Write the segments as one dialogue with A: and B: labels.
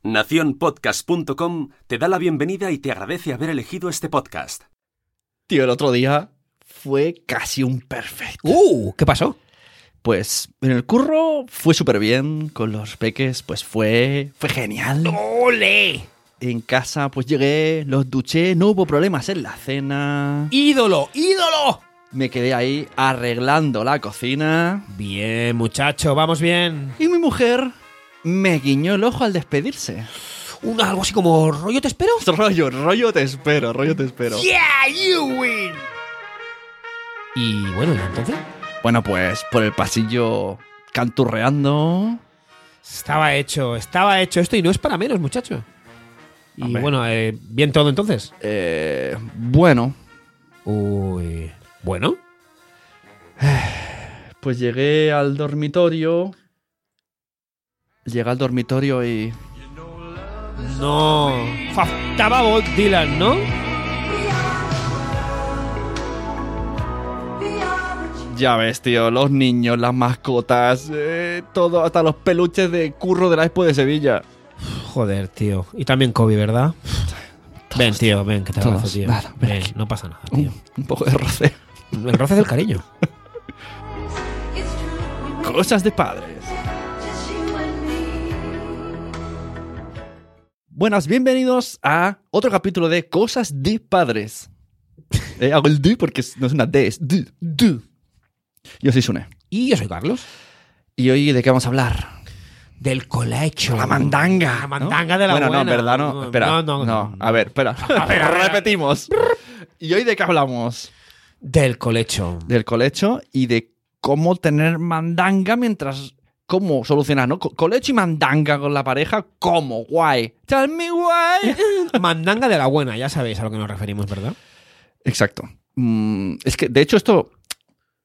A: Naciónpodcast.com te da la bienvenida y te agradece haber elegido este podcast.
B: Tío, el otro día fue casi un perfecto.
C: ¡Uh! ¿Qué pasó?
B: Pues en el curro fue súper bien, con los peques pues fue, fue genial.
C: ¡Ole!
B: En casa pues llegué, los duché, no hubo problemas en la cena.
C: ¡Ídolo! ¡Ídolo!
B: Me quedé ahí arreglando la cocina.
C: Bien, muchacho, vamos bien.
B: Y mi mujer me guiñó el ojo al despedirse.
C: Un, algo así como rollo te espero.
B: Rollo, rollo te espero, rollo te espero.
C: Yeah, you win. Y bueno, ¿y entonces?
B: Bueno, pues por el pasillo canturreando.
C: Estaba hecho, estaba hecho esto y no es para menos, muchacho. Y
B: Hombre.
C: bueno, eh, bien todo entonces.
B: Eh, bueno,
C: Uy. Bueno,
B: Pues llegué al dormitorio. Llegué al dormitorio y.
C: no. Faltaba Bob Dylan, ¿no?
B: Ya ves, tío, los niños, las mascotas, eh, todo, hasta los peluches de curro de la Expo de Sevilla.
C: Joder, tío. Y también Kobe, ¿verdad? ven, tío, ven, que te
B: Todos,
C: abrazo, tío.
B: nada, ven
C: Ven,
B: aquí.
C: no pasa nada, tío.
B: Un, un poco de roce.
C: El roce del cariño.
B: Cosas de padres. Buenas, bienvenidos a otro capítulo de Cosas de padres. Eh, hago el D porque no es una D, es D. D. Yo soy Sune.
C: Y yo soy Carlos.
B: ¿Y hoy de qué vamos a hablar?
C: Del colecho.
B: La mandanga.
C: La
B: ¿no?
C: mandanga de la
B: Bueno,
C: buena.
B: no, en verdad no. Espera.
C: No, no, no.
B: A ver, espera.
C: ver, a ver.
B: Repetimos. ¿Y hoy de qué hablamos?
C: Del colecho.
B: Del colecho y de cómo tener mandanga mientras. ¿Cómo solucionar, no? Co- Colecho y mandanga con la pareja. ¿Cómo? Guay. Tell me why.
C: mandanga de la buena, ya sabéis a lo que nos referimos, ¿verdad?
B: Exacto. Mm, es que, de hecho, esto.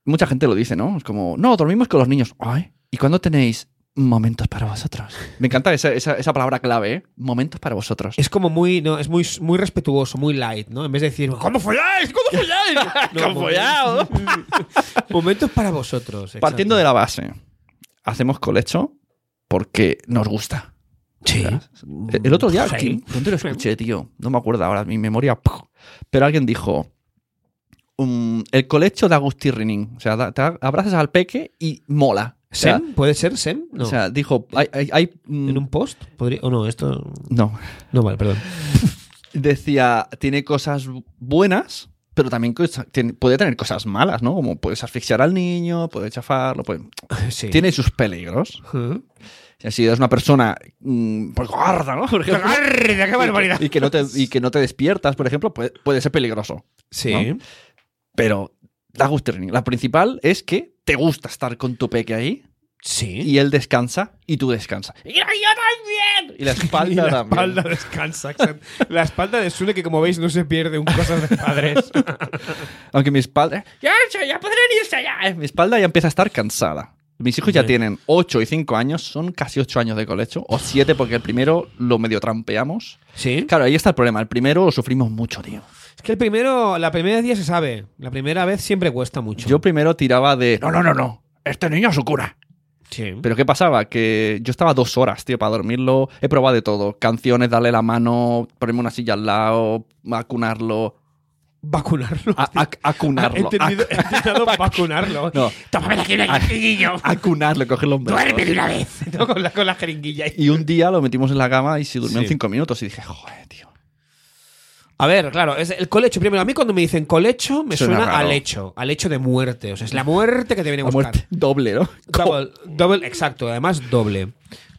B: Mucha gente lo dice, ¿no? Es como, no, dormimos con los niños. Ay. ¿Y cuándo tenéis momentos para vosotros? Me encanta esa, esa- esa palabra clave, ¿eh? Momentos para vosotros.
C: Es como muy, no, es muy, muy respetuoso, muy light, ¿no? En vez de decir, ¿cómo folláis? ¿Cómo folláis?
B: ¡Que han follado!
C: Momentos para vosotros.
B: Partiendo de la base, hacemos colecho porque nos gusta.
C: Sí.
B: El otro día,
C: Sí.
B: ¿quién- ¿dónde lo escuché, tío? No me acuerdo ahora, mi memoria. ¡puf! Pero alguien dijo: um, El colecho de Agustirrinin. O sea, da- te abrazas al peque y mola. O sea,
C: ¿Sem? ¿Puede ser Sem? No.
B: o sea, dijo: hay, hay- hay, mm,
C: ¿En un post? ¿Podría? ¿O no? Esto.
B: No.
C: No, vale, perdón.
B: Decía: Tiene cosas buenas. Pero también cosa- tiene- puede tener cosas malas, ¿no? Como puedes asfixiar al niño, puedes chafarlo, puede-
C: Sí. ¿Mm?
B: tiene sus peligros.
C: Ajá.
B: Si eres una persona mm, pues, gorda, ¿no? Por ejemplo,
C: ¡Garda, ¡Qué barbaridad!
B: y que no te y que no te despiertas, por ejemplo, puede, puede ser peligroso.
C: Sí.
B: Pero la gusto training. La principal es que te gusta estar con tu peque ahí
C: Sí.
B: y él descansa y tú descansas.
C: ¡Y yo también!
B: Y la espalda
C: Y la
B: también.
C: espalda descansa. exacto. La espalda de Sune, que como veis, no se pierde un cosas de padres.
B: Aunque mi espalda,
C: ¡Ya, ya podrían irse ya!
B: mi espalda ya empieza a estar cansada. Mis hijos ya
C: Bien.
B: tienen 8 y 5 años, son casi 8 años de colecho, o 7 porque el primero lo medio trampeamos.
C: Sí.
B: Claro, ahí está el problema, el primero lo sufrimos mucho, tío.
C: Es que el primero, la primera día se sabe. La primera vez siempre cuesta mucho.
B: Yo primero tiraba de, no, no, no, no, este niño es su cura.
C: Sí.
B: Pero ¿qué pasaba? Que yo estaba dos horas, tío, para dormirlo. He probado de todo. Canciones, darle la mano, ponerme una silla al lado, vacunarlo.
C: Vacunarlo.
B: A- ac-
C: He
B: acunarlo.
C: Ah, entendido, he
B: ac-
C: entendido vacunarlo.
B: No.
C: Tómame la jeringuilla, niño.
B: acunarlo, cogerlo en brazos.
C: Duerme de una vez. No, con, la, con la jeringuilla.
B: Y un día lo metimos en la cama y se durmió en
C: Sí.
B: cinco minutos. Y dije, joder, tío.
C: A ver, claro, es el colecho. Primero, a mí cuando me dicen colecho, me
B: Suena
C: suena,
B: raro.
C: al hecho. Al hecho de muerte. O sea, es la muerte que te viene a
B: La
C: buscar.
B: muerte doble, ¿no?
C: Double, double, exacto, además doble.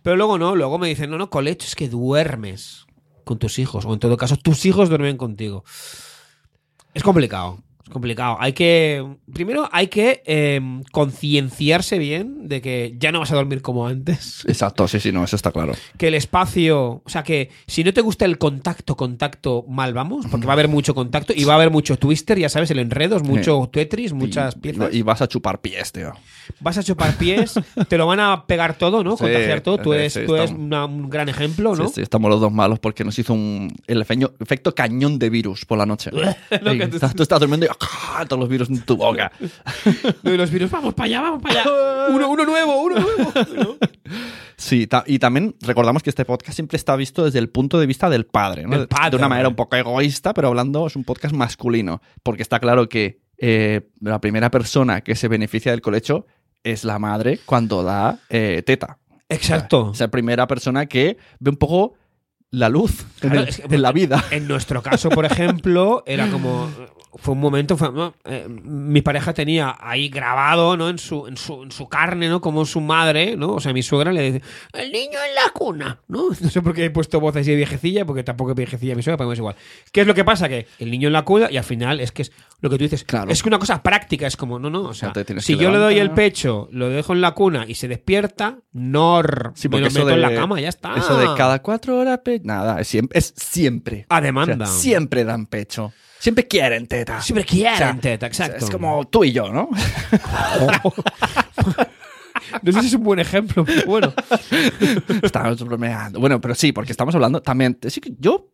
C: Pero luego no, luego me dicen, no, no, colecho, es que duermes con tus hijos, o en todo caso, tus hijos duermen contigo. Es complicado. Es complicado. Hay que. Primero hay que eh, concienciarse bien de que ya no vas a dormir como antes.
B: Exacto, sí, sí, no, eso está claro.
C: Que el espacio. O sea, que si no te gusta el contacto, contacto, mal vamos. Porque va a haber mucho contacto y va a haber mucho twister, ya sabes, el enredos, mucho Tetris, muchas
B: Y-
C: piezas.
B: Y vas a chupar pies, tío.
C: Vas a chupar pies, te lo van a pegar todo, ¿no?
B: Sí,
C: Contagiar todo. Tú
B: sí,
C: eres,
B: sí,
C: tú eres
B: estamos-
C: una- un gran ejemplo, Oh, ¿no?
B: Sí, sí, estamos los dos malos porque nos hizo un, el efeño- efecto cañón de virus por la noche. Ahí,
C: que te-
B: estás- tú estás durmiendo y ¡ah! todos los virus en tu boca.
C: Y los virus, vamos para allá, vamos para allá. Uno, uno nuevo, uno nuevo. ¿no?
B: Sí, ta- y también recordamos que este podcast siempre está visto desde el punto de vista del padre, ¿no?
C: Del padre,
B: de una manera
C: hombre.
B: un poco egoísta, pero hablando es un podcast masculino, porque está claro que eh, la primera persona que se beneficia del colecho es la madre cuando da eh, teta.
C: Exacto.
B: Es la primera persona que ve un poco la luz en,
C: Claro,
B: el-
C: es que-
B: en la vida.
C: En nuestro caso, por ejemplo, era como. Fue un momento. fue- ¿no? Eh, mi pareja tenía ahí grabado, ¿no? En su, en su, en su carne, ¿no? Como su madre, ¿no? O sea, mi suegra le dice: El niño en la cuna, ¿no? No sé por qué he puesto voz así de viejecilla, porque tampoco es viejecilla mi suegra, pero es igual. ¿Qué es lo que pasa? Que el niño en la cuna, y al final es que es lo que tú dices.
B: Claro.
C: Es que una cosa práctica, es como, no, no. O sea,
B: No te tienes
C: si
B: que
C: yo le doy el
B: levantar.
C: pecho, lo dejo en la cuna y se despierta, no.
B: Sí,
C: me
B: porque
C: lo
B: eso
C: meto
B: de-
C: en la cama, ya está.
B: Eso de cada cuatro horas, pe- nada, es siempre. Es siempre.
C: A
B: O sea,
C: demanda.
B: siempre dan pecho. Siempre quieren teta.
C: Siempre quieren
B: O sea,
C: teta, exacto.
B: Es como tú y yo, ¿no?
C: No sé si es un buen ejemplo, pero bueno.
B: Estamos bromeando. Bueno, pero sí, porque estamos hablando también. sí que yo.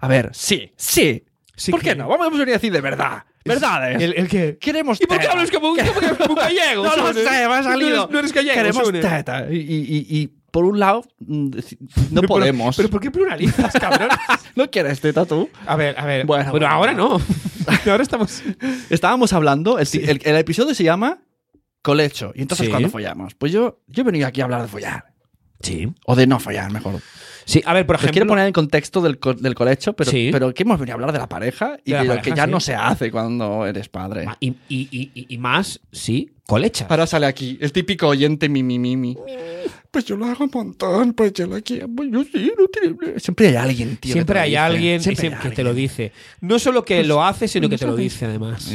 B: A ver, sí, sí.
C: Sí
B: ¿Por
C: que-
B: qué no? Vamos a venir a decir de verdad. ¿Verdades?
C: El, el que.
B: Queremos
C: ¿Y por qué
B: teta.
C: hablas como un, como que- como un gallego?
B: No lo
C: Sune?
B: sé, me ha
C: No
B: salido.
C: eres- No eres gallego,
B: Queremos
C: Sune.
B: teta. Y, y- y- y por un lado, mm, deci- no
C: Pero- pero-
B: podemos.
C: Pero, ¿por qué pluralizas, cabrón?
B: ¿No quieres teta tú?
C: A ver, a ver.
B: Bueno, bueno.
C: Bueno, ahora no. Ahora estamos.
B: Estábamos hablando, el, el- el episodio se llama Colecho. Y entonces,
C: Sí.
B: ¿cuándo follamos? Pues yo, yo he venido aquí a hablar de follar.
C: Sí.
B: O de no follar, mejor.
C: Sí, a ver, por
B: Os
C: ejemplo.
B: quiero poner en contexto del, co- del colecho, pero,
C: Sí.
B: pero que hemos venido a hablar de la pareja y
C: De
B: de,
C: la
B: lo
C: pareja,
B: que ya
C: sí.
B: no se hace cuando eres padre.
C: Ma- Y, y- y- y- y más, sí, colecha.
B: Ahora sale aquí el típico oyente mi, mi, mi, mi. Pues yo lo hago un montón, pues yo lo quiero, pues yo sí, no tiene... Siempre hay alguien, tío. que te
C: siempre
B: lo
C: hay
B: dice.
C: alguien
B: Siempre
C: y
B: hay
C: siempre que te
B: alguien.
C: lo dice. No solo que lo hace, sino que te lo dice, además.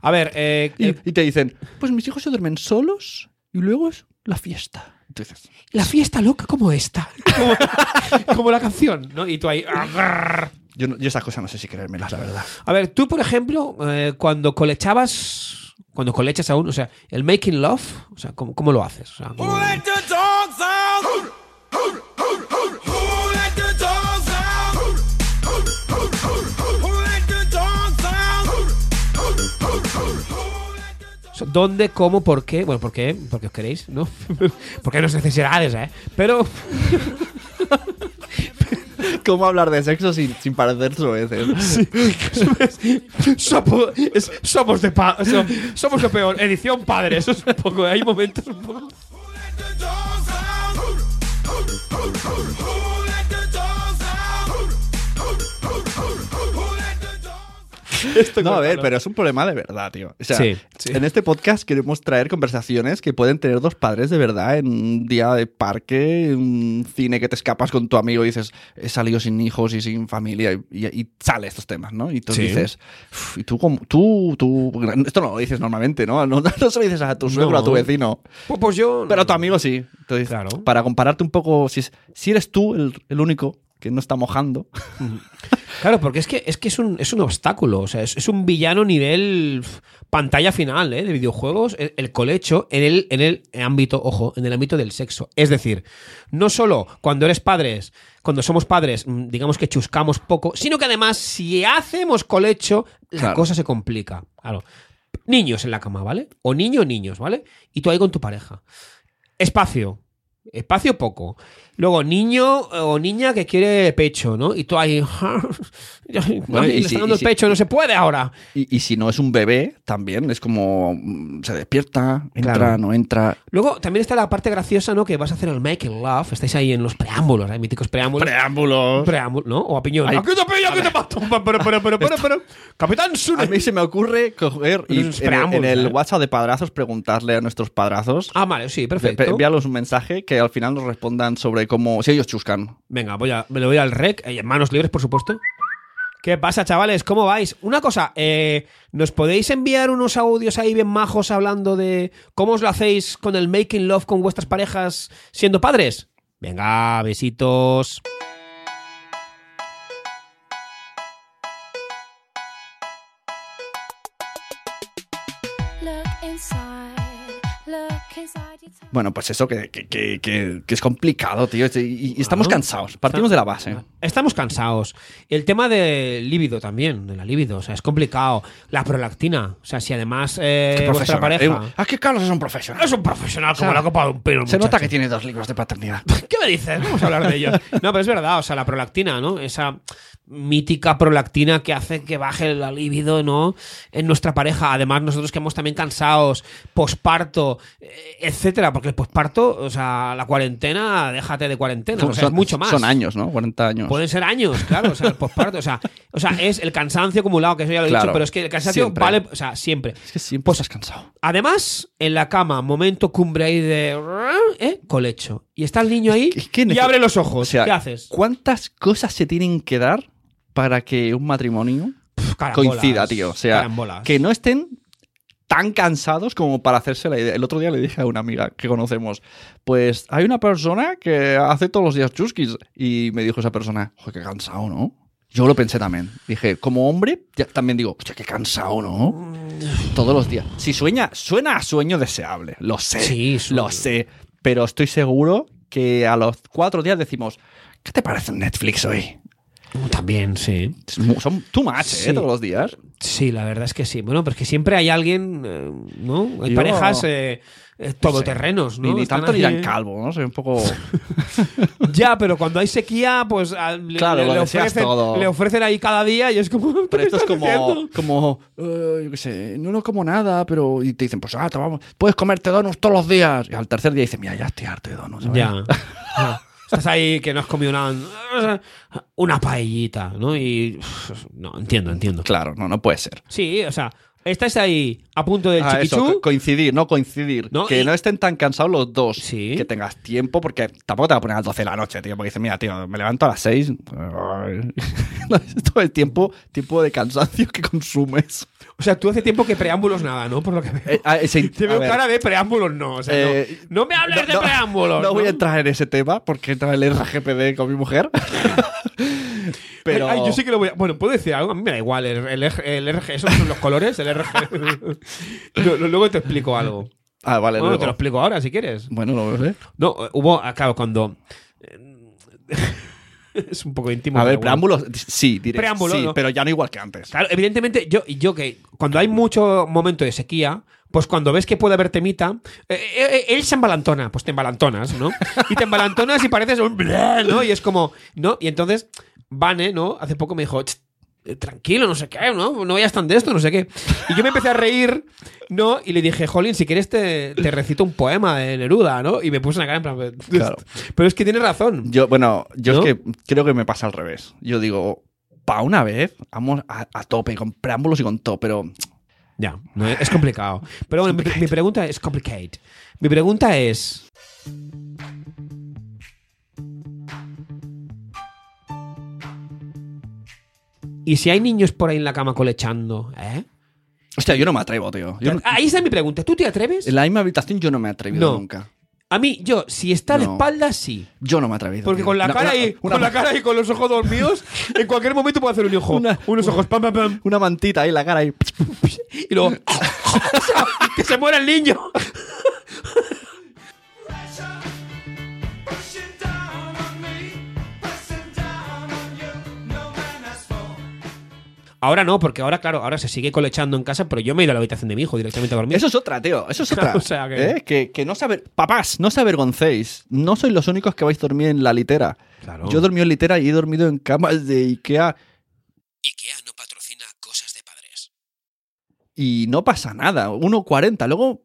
C: A ver, eh, eh,
B: Y, y te dicen, pues mis hijos se duermen solos y luego es la fiesta. Entonces,
C: La fiesta loca como esta. Como, como la canción, ¿no? Y tú ahí. A
B: yo, no- yo esas cosas no sé si creérmelas, la verdad.
C: ver, tú, por ejemplo, eh, cuando colechabas. Cuando colechas aún, o sea, el making love, o sea, ¿cómo, cómo lo haces? O sea, ¿cómo- o sea, ¿Dónde, cómo, por qué? Bueno, ¿por qué? Porque os queréis, ¿no? Porque hay unas necesidades, ¿eh? Pero.
B: ¿Cómo hablar de sexo sin, sin parecer eh? soeces?
C: Sopo- es- somos de pa- o sea, somos lo peor. Edición padre, eso es un poco. Hay momentos un poco.
B: No, a ver, pero es un problema de verdad, tío. O sea,
C: Sí, sí.
B: en este podcast queremos traer conversaciones que pueden tener dos padres de verdad en un día de parque, en un cine que te escapas con tu amigo y dices, he salido sin hijos y sin familia y, y- y sale estos temas, ¿no? Y tú
C: Sí.
B: dices, "Uf, y tú, como- tú, tú, esto no lo dices normalmente, ¿no? No, no se lo dices a tu suegro,
C: No.
B: a tu vecino.
C: Pues, pues yo.
B: Pero a tu amigo sí. Entonces,
C: Claro.
B: para compararte un poco, si, es- si eres tú el, el único que no está mojando,
C: Claro, porque es que es, que es, un, es un obstáculo, o sea, es, es un villano nivel pf, pantalla final ¿eh? de videojuegos, el, el colecho en el, en el ámbito, ojo, en el ámbito del sexo. Es decir, no solo cuando eres padres, cuando somos padres, mm, digamos que chuscamos poco, sino que además si hacemos colecho, la
B: Claro.
C: cosa se complica. Claro. Niños en la cama, ¿vale? O niño o niños, ¿vale? Y tú ahí con tu pareja. Espacio. Espacio poco. Luego, niño eh, o niña que quiere pecho, ¿no? Y tú ahí.
B: Bueno,
C: Ay,
B: y
C: le
B: si-
C: está dando
B: y
C: el
B: si-
C: pecho, no se puede ahora.
B: Y, y si no es un bebé, también es como mm, se despierta, entra,
C: Claro.
B: no entra.
C: Luego, también está la parte graciosa, ¿no? Que vas a hacer el making love. Estáis ahí en los preámbulos, ¿eh? Míticos preámbulos.
B: Preámbulos.
C: Preámbulo, ¿no? O opinión.
B: Ay,
C: Aquí te pillo, aquí te mato. Pero, pero, pero, pero, pero. Capitán
B: A
C: Sune.
B: mí se me ocurre coger y en,
C: Unos
B: el- en
C: preámbulos,
B: el
C: ¿eh?
B: WhatsApp de padrazos preguntarle a nuestros padrazos.
C: Ah, vale, sí,
B: pe- pe-
C: perfecto.
B: Enviarles un mensaje que al final nos respondan sobre cómo. Si ellos chuscan.
C: Venga, voy a, me lo voy al rec. eh, Manos libres, por supuesto. ¿Qué pasa, chavales? ¿Cómo vais? Una cosa, eh, ¿nos podéis enviar unos audios ahí bien majos hablando de cómo os lo hacéis con el making love con vuestras parejas siendo padres? Venga, besitos.
D: Look inside, look inside your time.
B: Bueno, pues eso que, que- que- que- que es complicado, tío. Y, y- y estamos
C: Claro. Eh,
B: cansados. Partimos de la base.
C: Estamos cansados. El tema del líbido también, de la líbido, o sea, es complicado. La prolactina, o sea, si además eh, vuestra
B: Profesional.
C: pareja...
B: Eh, ah, que Carlos es un profesional.
C: Es un profesional como
B: O sea,
C: la copa de un pelo.
B: Se nota
C: muchacho.
B: que tiene dos libros de paternidad.
C: ¿Qué me dices? Vamos a hablar de ellos. No, pero es verdad, o sea, la prolactina, ¿no? Esa mítica prolactina que hace que baje la libido, ¿no? En nuestra pareja. Además, nosotros que hemos también cansados, posparto, eh, etcétera. Porque el posparto, o sea, la cuarentena, déjate de cuarentena. o sea, es mucho más.
B: Son años, ¿no? 40 años.
C: Pueden ser años, claro, o sea, el posparto, o sea, o sea, es el cansancio acumulado, que eso ya lo he
B: Claro.
C: dicho, pero es que el cansancio
B: Siempre.
C: vale, o sea, siempre. Pues,
B: Es que siempre estás cansado.
C: Además, en la cama, momento cumbre ahí de. ¿Eh? Colecho. Y está el niño ahí
B: Es que
C: y
B: neces-
C: abre los ojos.
B: O sea,
C: ¿Qué haces?
B: ¿Cuántas cosas se tienen que dar para que un matrimonio
C: Pff, carambolas,
B: coincida, tío? O sea,
C: carambolas.
B: que no estén tan cansados como para hacerse la idea. El otro día le dije a una amiga que conocemos, pues hay una persona que hace todos los días chusquis y me dijo esa persona, "Joder, qué cansado, ¿no? Yo lo pensé también. Dije, como hombre, ya- también digo, hostia, qué cansado, ¿no? Todos los días. Si sueña, suena a sueño deseable. Lo sé.
C: Sí, su-
B: Lo sé. Pero estoy seguro que a los cuatro días decimos, ¿qué te parece un Netflix hoy?
C: También, sí.
B: Es mu- Son too much, ¿eh?
C: Sí.
B: Todos los días.
C: Sí, la verdad es que sí. Bueno, porque siempre hay alguien, eh, ¿no? Hay
B: Yo-
C: parejas eh, eh, todoterrenos,
B: Ni,
C: ¿no?
B: ni
C: Están
B: tanto ni
C: ahí,
B: tan
C: eh.
B: calvo, ¿no? Soy un poco...
C: Ya, pero cuando hay sequía, pues a- le,
B: Claro,
C: le-
B: lo
C: le
B: deseas
C: ofrecen,
B: todo.
C: le ofrecen ahí cada día y es como. ¿qué
B: Pero esto es
C: estás
B: como,
C: haciendo?
B: como eh, yo qué sé, no, no como nada, pero... Y te dicen, pues ah, te vamos, puedes comerte donuts todos los días. Y al tercer día dicen, mira, ya estoy harto de donuts. ¿sabes?
C: Ya. Ya. Estás ahí que no has comido nada. Una paellita, ¿no? Y. uf, No, entiendo, entiendo.
B: Claro, no, no puede ser.
C: Sí, o sea, estás ahí a punto del
B: Ah, eso,
C: Eh, chiquichú.
B: co- coincidir, no coincidir.
C: No,
B: que
C: y-
B: no estén tan cansados los dos.
C: Sí.
B: Que tengas tiempo, porque tampoco te va a poner a las 12 de la noche, tío. Porque dices, mira, tío, me levanto a las 6. Todo el tiempo, tiempo de cansancio que consumes.
C: O sea, tú hace tiempo que preámbulos nada, ¿no? Por lo que veo.
B: Eh, ah, ese-
C: Te
B: a
C: veo
B: ver,
C: cara de preámbulos, no. O sea,
B: eh,
C: no, no me hables de
B: no-
C: preámbulos.
B: No voy a entrar en ese tema porque entra el RGPD con mi mujer. Pero.
C: Ay, yo sí que lo voy a... Bueno, ¿puedo decir algo? A mí me da igual. El, el, el RG, esos son los colores, el RG. Lo- lo- luego te explico algo.
B: Ah, vale,
C: Bueno,
B: luego.
C: te lo explico ahora, si quieres.
B: Bueno, no lo sé.
C: No, eh, hubo... ah, Claro, cuando... eh, es un poco íntimo.
B: A
C: pero
B: ver,
C: bueno.
B: preámbulos. Sí, diré.
C: Preámbulo,
B: sí,
C: ¿no?
B: pero ya no igual que antes.
C: Claro, evidentemente, yo, yo que cuando hay mucho momento de sequía, pues cuando ves que puede haber temita, eh, eh, él se embalantona, pues te embalantonas, ¿no? Y te embalantonas y pareces un... bleh, ¿no? Y es como... ¿no? Y entonces, Vane, ¿no? Hace poco me dijo... "Ch, eh, Tranquilo, no sé qué, ¿no? No vayas tan de esto, no sé qué. Y yo me empecé a reír, ¿no? Y le dije, Jolín, si quieres te, te recito un poema de Neruda, ¿no? Y me puse una cara en plan...
B: Claro.
C: Pero es que tienes razón.
B: Yo, bueno, yo
C: ¿No?
B: es que creo que me pasa al revés. Yo digo, pa' una vez, vamos a, a tope, con preámbulos y con todo, pero
C: Ya, no, es complicado. Pero bueno, mi, mi pregunta es complicate. Mi pregunta es... ¿Y si hay niños por ahí en la cama colechando? ¿eh? Ah,
B: Hostia, yo no me atrevo, tío. Yo no-
C: Ahí está mi pregunta. ¿Tú te atreves?
B: en la misma habitación yo no me he atrevido
C: No.
B: nunca.
C: A mí, yo, si está de
B: No.
C: espaldas, sí.
B: Yo no me he atrevido.
C: Porque
B: tío.
C: con la,
B: Una-
C: cara
B: una-
C: y,
B: una-
C: con la cara y con los ojos dormidos, en cualquier momento puedo hacer un ojo.
B: Una-
C: unos ojos, pam, pam, pam.
B: una mantita ahí, la cara ahí.
C: Y luego. ¡Que se muera el niño! Ahora no, porque ahora, claro, ahora se sigue colechando en casa, pero yo me he ido a la habitación de mi hijo directamente a dormir.
B: Eso es otra, tío. Eso es otra.
C: O sea, que-
B: ¿Eh? que, que no saber. Papás, no os avergoncéis. No sois los únicos que vais a dormir en la litera.
C: Claro.
B: Yo he dormido en litera y he dormido en camas de Ikea
C: IKEA no patrocina cosas de padres.
B: y no pasa nada. 1.40. Luego.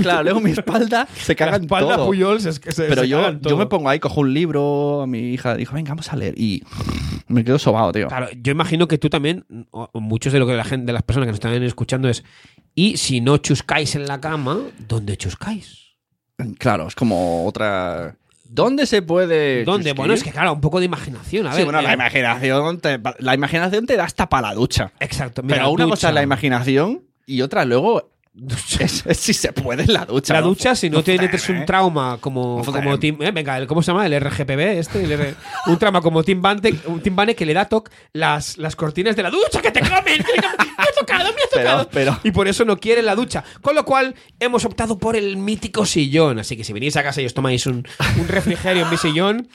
B: Claro, luego mi espalda se
C: La
B: cagan
C: espalda
B: todo.
C: Puyol es que se
B: Pero
C: se
B: yo,
C: cagan
B: yo me
C: todo.
B: pongo ahí, cojo un libro, a mi hija dijo, venga, vamos a leer. Y me quedo sobado, tío.
C: Claro, yo imagino que tú también, o- o muchos de lo que la gente, de las personas que nos están escuchando es, y si no chuscáis en la cama, ¿dónde chuscáis?
B: Claro, es como otra... ¿Dónde se puede.?
C: ¿Dónde?
B: chusquir?
C: Bueno, es que claro, un poco de imaginación. A
B: Sí,
C: ver,
B: bueno, la
C: eh,
B: imaginación, te, la imaginación te da hasta para la ducha.
C: Exacto.
B: Pero una cosa es la
C: imaginación.
B: imaginación y otra luego es, es si se puede en la ducha.
C: La
B: ¿no?
C: ducha, si no,
B: No
C: tiene
B: joder,
C: un
B: ¿eh?
C: trauma como,
B: No joder.
C: como Tim. eh, venga, el- ¿cómo se llama? El RGPB, este. el R- un trauma como Tim Bante, un Tim Bane que le da toc las, las cortinas de la ducha que te comen. que te comen. Me ha tocado, me ha
B: Pero-
C: tocado.
B: pero-
C: Y por eso no quiere la ducha. Con lo cual, hemos optado por el mítico sillón. Así que si venís a casa y os tomáis un, un refrigerio en mi sillón,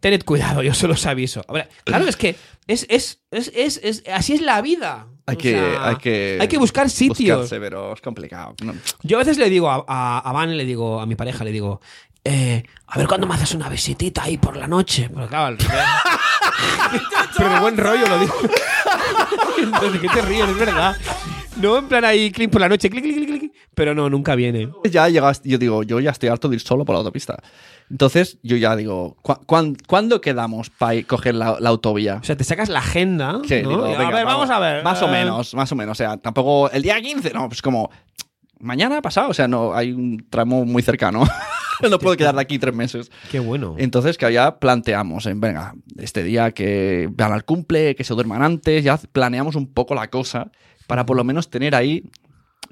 C: tened cuidado, yo se los aviso. Ahora, claro, es que es, es, es, es- es- así es la vida.
B: Hay
C: O
B: que,
C: sea,
B: hay que,
C: hay que buscar sitios.
B: buscarse, pero es complicado. No.
C: Yo a veces le digo a, a, a Van, le digo a mi pareja, le digo, eh, a ver cuándo me haces una visitita ahí por la noche. Pero claro, al revés. Pero de buen rollo lo digo. Entonces, ¿qué te ríes? Es verdad. No en plan ahí, clic por la noche, clic, clic, clic, clic. Pero no, nunca viene.
B: Ya llegaste, yo digo, yo ya estoy harto de ir solo por la autopista. Entonces, yo ya digo, ¿cu cuán- cuándo quedamos para coger la, la autovía?
C: O sea, te sacas la agenda.
B: Sí,
C: ¿no?
B: digo,
C: Y,
B: venga,
C: a ver, vamos a ver.
B: Más o
C: eh,
B: menos, más o menos. O sea, tampoco el día 15, no, pues como mañana pasado. O sea, no, hay un tramo muy cercano. no puedo quedar de aquí tres meses.
C: Qué bueno.
B: Entonces, que ya planteamos, en, venga, este día que van al cumple, que se duerman antes, ya planeamos un poco la cosa para por lo menos tener ahí.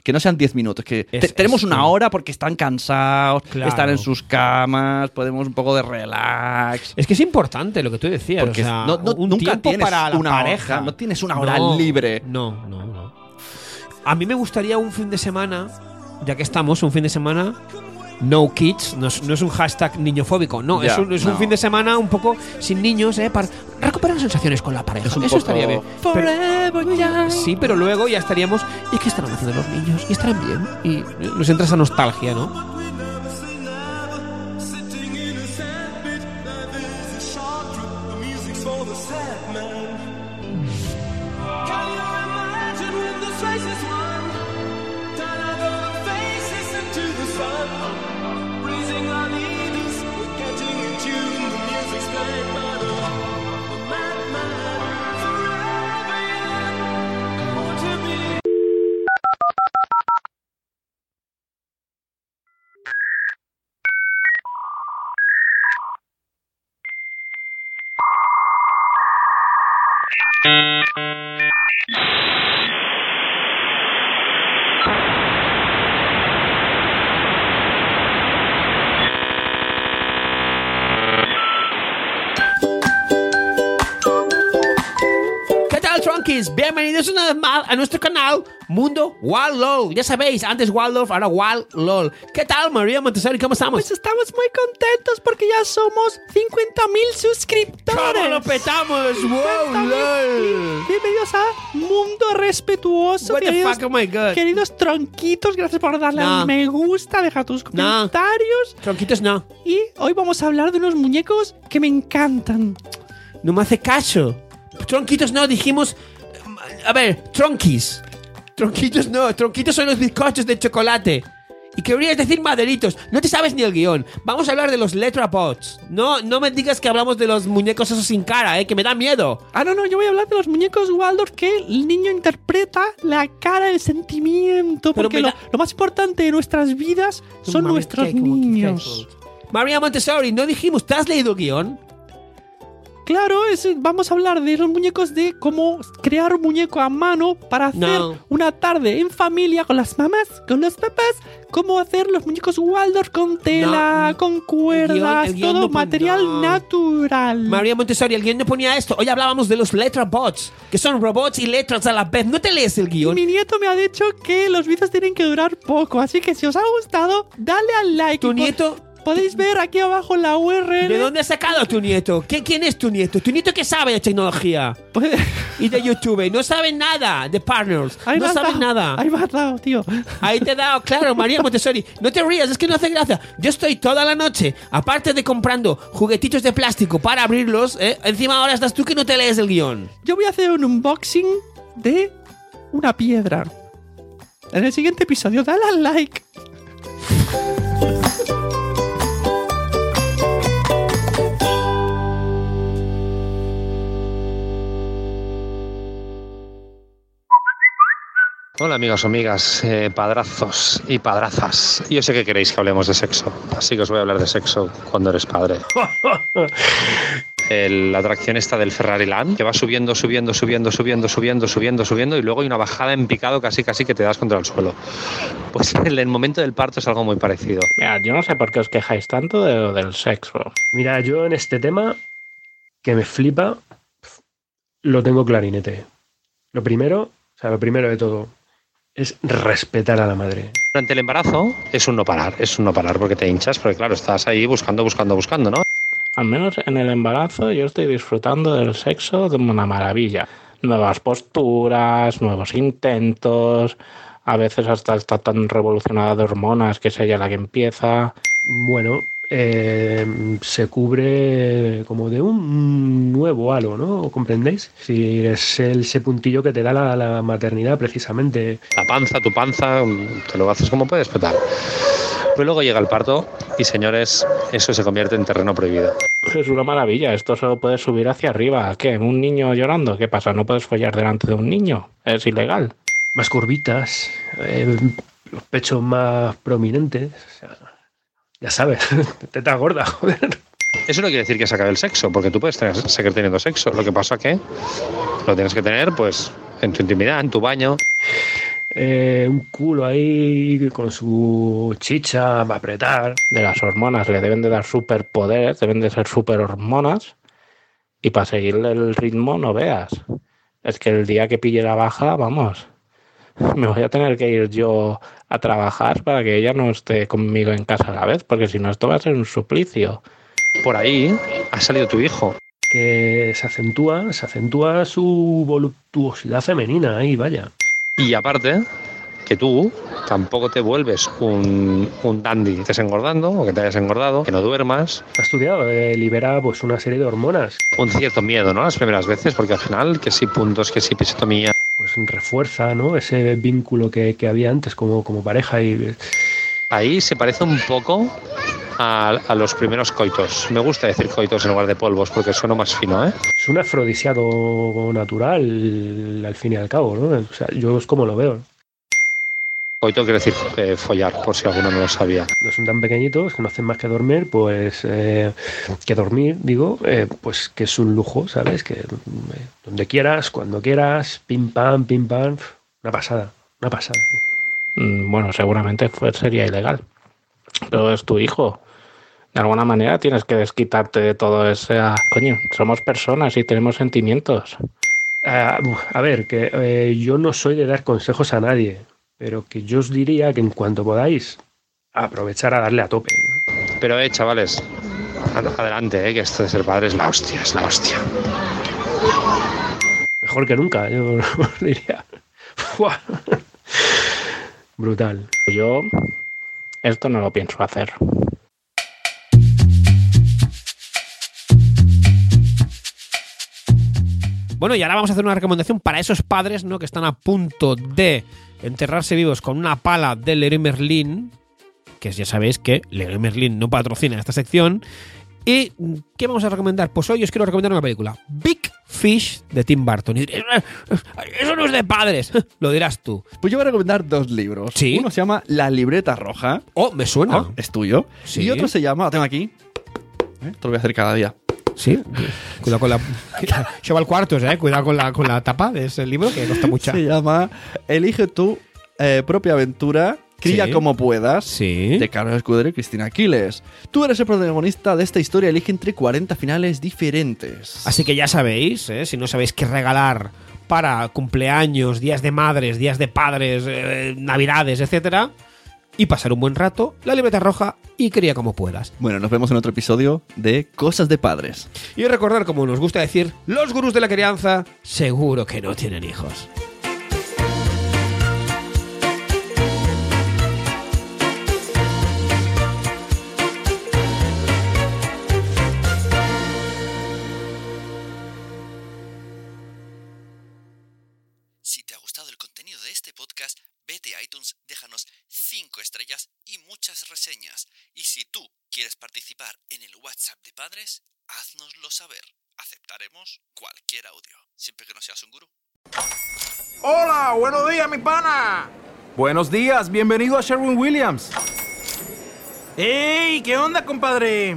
B: Que no sean 10 minutos, que
C: Es-
B: te- tenemos
C: es-
B: una hora porque están cansados,
C: Claro.
B: están en sus camas, podemos un poco de relax.
C: Es que es importante lo que tú decías.
B: Porque
C: o sea,
B: no- no-
C: un
B: nunca
C: tiempo
B: tienes
C: para la
B: una
C: pareja.
B: hora, no tienes una hora libre.
C: No, no, no. A mí me gustaría un fin de semana, ya que estamos, un fin de semana. No kids, no es, no es un hashtag niñofóbico, no,
B: Ya,
C: es, un, es un
B: no.
C: fin de semana un poco sin niños, ¿eh? Para recuperar sensaciones con la pareja.
B: Es un poco-
C: Eso estaría bien. Pero- sí, pero luego ya estaríamos. ¿Y qué estarán haciendo los niños? ¿Y estarán bien? Y eh, nos entra esa nostalgia, ¿no? ¿Qué tal, Tronkies? Bienvenidos una vez más a nuestro canal Mundo Wild LOL. Ya sabéis, antes Wild LOL, ahora Wild LOL. ¿Qué tal, María Montessori? ¿Cómo estamos? Pues estamos muy contentos porque ya somos 50.000 suscriptores. ¡Cómo lo petamos! ¡Wow, LOL!
E: Bienvenidos a Mundo Respetuoso.
C: What the
E: queridos,
C: fuck, oh my God.
E: Queridos tronquitos, gracias por darle
C: No.
E: al me gusta, dejar tus comentarios.
C: Tronquitos, no.
E: Y hoy vamos a hablar de unos muñecos que me encantan.
C: No me hace caso. Tronquitos, no. Dijimos... eh, A ver, Tronkies. Tronquitos, no. Tronquitos son los bizcochos de chocolate. Y querías decir maderitos. No te sabes ni el guión. Vamos a hablar de los Letrapods. No, no me digas que hablamos de los muñecos esos sin cara, eh, que me da miedo.
E: Ah, no, no, yo voy a hablar de los muñecos Waldorf que el niño interpreta la cara, el sentimiento,
C: Pero
E: porque
C: me
E: lo,
C: da-
E: lo más importante de nuestras vidas son
C: Mami,
E: nuestros
C: qué- como- qué-
E: niños.
C: María Montessori, no dijimos, ¿te has leído el guión?
E: Claro, es- vamos a hablar de los muñecos de cómo crear un muñeco a mano para hacer
C: No.
E: una tarde en familia con las mamás, con los papás, cómo hacer los muñecos Waldorf con tela,
C: No,
E: con cuerdas,
C: el guión
E: todo
C: no pon-
E: material
C: no.
E: natural.
C: María Montessori, el guión no ponía esto. Hoy hablábamos de los Letrabots, que son robots y letras a la vez. ¿No te lees el guión?
E: mi nieto me ha dicho que los vídeos tienen que durar poco, así que si os ha gustado, dale al like.
C: ¿Tu
E: Y po-
C: nieto?
E: Podéis ver aquí abajo la URL.
C: ¿De dónde has sacado a tu nieto? ¿Qué, ¿Quién es tu nieto? ¿Tu nieto que sabe de tecnología?
E: Puede-
C: Y de YouTube. No sabe nada de Partners.
E: Ahí me
C: no
E: has
C: sabe
E: dado,
C: nada.
E: Ahí me has dado, tío.
C: Ahí te he dado, claro, María Montessori. No te rías, es que no hace gracia. Yo estoy toda la noche, aparte de comprando juguetitos de plástico para abrirlos, ¿eh? encima ahora estás tú que no te lees el guión.
E: Yo voy a hacer un unboxing de una piedra. En el siguiente episodio, dale al like.
F: Hola amigos, amigas, eh, padrazos y padrazas. Yo sé que queréis que hablemos de sexo, así que os voy a hablar de sexo cuando eres padre. El- la atracción esta del Ferrari Land, que va subiendo, subiendo, subiendo, subiendo, subiendo, subiendo, subiendo, y luego hay una bajada en picado casi casi que te das contra el suelo. Pues el, el momento del parto es algo muy parecido.
G: Mira, yo no sé por qué os quejáis tanto de lo del sexo. Mira, yo en este tema que me flipa, lo tengo clarinete. Lo primero, o sea, lo primero de todo, es respetar a la madre.
F: Durante el embarazo es un no parar, es un no parar porque te hinchas, porque claro, estás ahí buscando, buscando, buscando, ¿no?
G: Al menos en el embarazo yo estoy disfrutando del sexo de una maravilla. Nuevas posturas, nuevos intentos, a veces hasta está tan revolucionada de hormonas que es ella la que empieza. Bueno, eh, se cubre como de un nuevo halo, ¿no? ¿Comprendéis? Si es el- ese puntillo que te da la- la maternidad precisamente.
F: la panza, tu panza, mm, te lo haces como puedes, pero tal. Pero luego llega el parto y señores, eso se convierte en terreno prohibido.
G: Es una maravilla, esto solo puedes subir hacia arriba. ¿Qué? ¿Un niño llorando? ¿Qué pasa? ¿No puedes follar delante de un niño? Es ilegal. Más curvitas, eh, los pechos más prominentes. o sea, ya sabes, teta gorda, joder.
F: Eso no quiere decir que se acabe el sexo, porque tú puedes tener- seguir teniendo sexo. Lo que pasa que lo tienes que tener, pues, en tu intimidad, en tu baño.
G: Eh, un culo ahí con su chicha para apretar. De las hormonas, le deben de dar superpoderes, deben de ser superhormonas. Y para seguirle el ritmo, no veas. Es que el día que pille la baja, vamos, me voy a tener que ir yo a trabajar para que ella no esté conmigo en casa a la vez, porque si no, esto va a ser un suplicio
F: Por ahí ha salido tu hijo.
G: que se acentúa, se acentúa su voluptuosidad femenina ahí, vaya.
F: Y aparte, que tú tampoco te vuelves un, un dandy. Estés engordando o que te hayas engordado, que no duermas.
G: Ha estudiado, eh, libera pues una serie de hormonas
F: Un cierto miedo, ¿no? Las primeras veces, porque al final, que sí puntos, que sí pisotomía,
G: pues refuerza ¿no? ese vínculo que, que había antes como, como pareja y
F: Ahí se parece un poco a, a los primeros coitos. Me gusta decir coitos en lugar de polvos porque suena más fino, ¿eh?
G: es un afrodisiado natural al fin y al cabo, ¿no? O sea, yo es como lo veo.
F: Coito quiere decir eh, follar, por si alguno no lo sabía.
G: No son tan pequeñitos, que no hacen más que dormir, pues eh, que dormir, digo, eh, pues que es un lujo, ¿sabes? Que mm, eh, donde quieras, cuando quieras, pim pam, pim pam, una pasada, una pasada. Mm, Bueno, seguramente sería ilegal, pero es tu hijo, de alguna manera tienes que desquitarte de todo ese... ah, Coño, somos personas y tenemos sentimientos. Ah, a ver, que eh, yo no soy de dar consejos a nadie, pero que yo os diría que en cuanto podáis, aprovechar a darle a tope.
F: Pero, eh, chavales, ad- adelante, eh, que esto de ser padre es la hostia, es la hostia.
G: Mejor que nunca, yo os diría. Fua. Brutal. Yo esto no lo pienso hacer.
C: Bueno, y ahora vamos a hacer una recomendación para esos padres, ¿no? Que están a punto de enterrarse vivos con una pala de Leroy Merlin. Que ya sabéis que Leroy Merlin no patrocina esta sección. ¿Y qué vamos a recomendar? Pues hoy os quiero recomendar una película. Big Fish de Tim Burton. Y diréis, "Eh, Eso no es de padres. Lo dirás tú.
B: Pues yo voy a recomendar dos libros.
C: Sí.
B: Uno se llama La libreta roja.
C: Oh, me suena.
B: Ah, es tuyo.
C: Sí.
B: Y otro se llama, lo tengo aquí. ¿Eh? Te lo voy a hacer cada día.
C: Sí. Cuidado con la. Chaval cuartos, eh. Cuidado con la, con la tapa de ese libro que no está mucha.
B: Se llama Elige tu eh, propia aventura, cría
C: Sí.
B: como puedas.
C: Sí.
B: De Carlos Escudero y Cristina Aquiles. Tú eres el protagonista de esta historia, elige entre 40 finales diferentes.
C: Así que ya sabéis, ¿eh? si no sabéis qué regalar para cumpleaños, días de madres, días de padres, eh, navidades, etcétera, y pasar un buen rato, la libreta roja y cría como puedas.
B: Bueno, nos vemos en otro episodio de Cosas de Padres.
C: Y recordar, como nos gusta decir, los gurús de la crianza seguro que no tienen hijos.
H: Si te ha gustado el contenido de este podcast, vete a iTunes, déjanos 5 estrellas y muchas reseñas. Y si tú quieres participar en el WhatsApp de padres, haznoslo saber. Aceptaremos cualquier audio, siempre que no seas un gurú.
I: Hola, buenos días, mi pana. Buenos días, bienvenido a Sherwin Williams. ¡Ey! ¿Qué onda, compadre?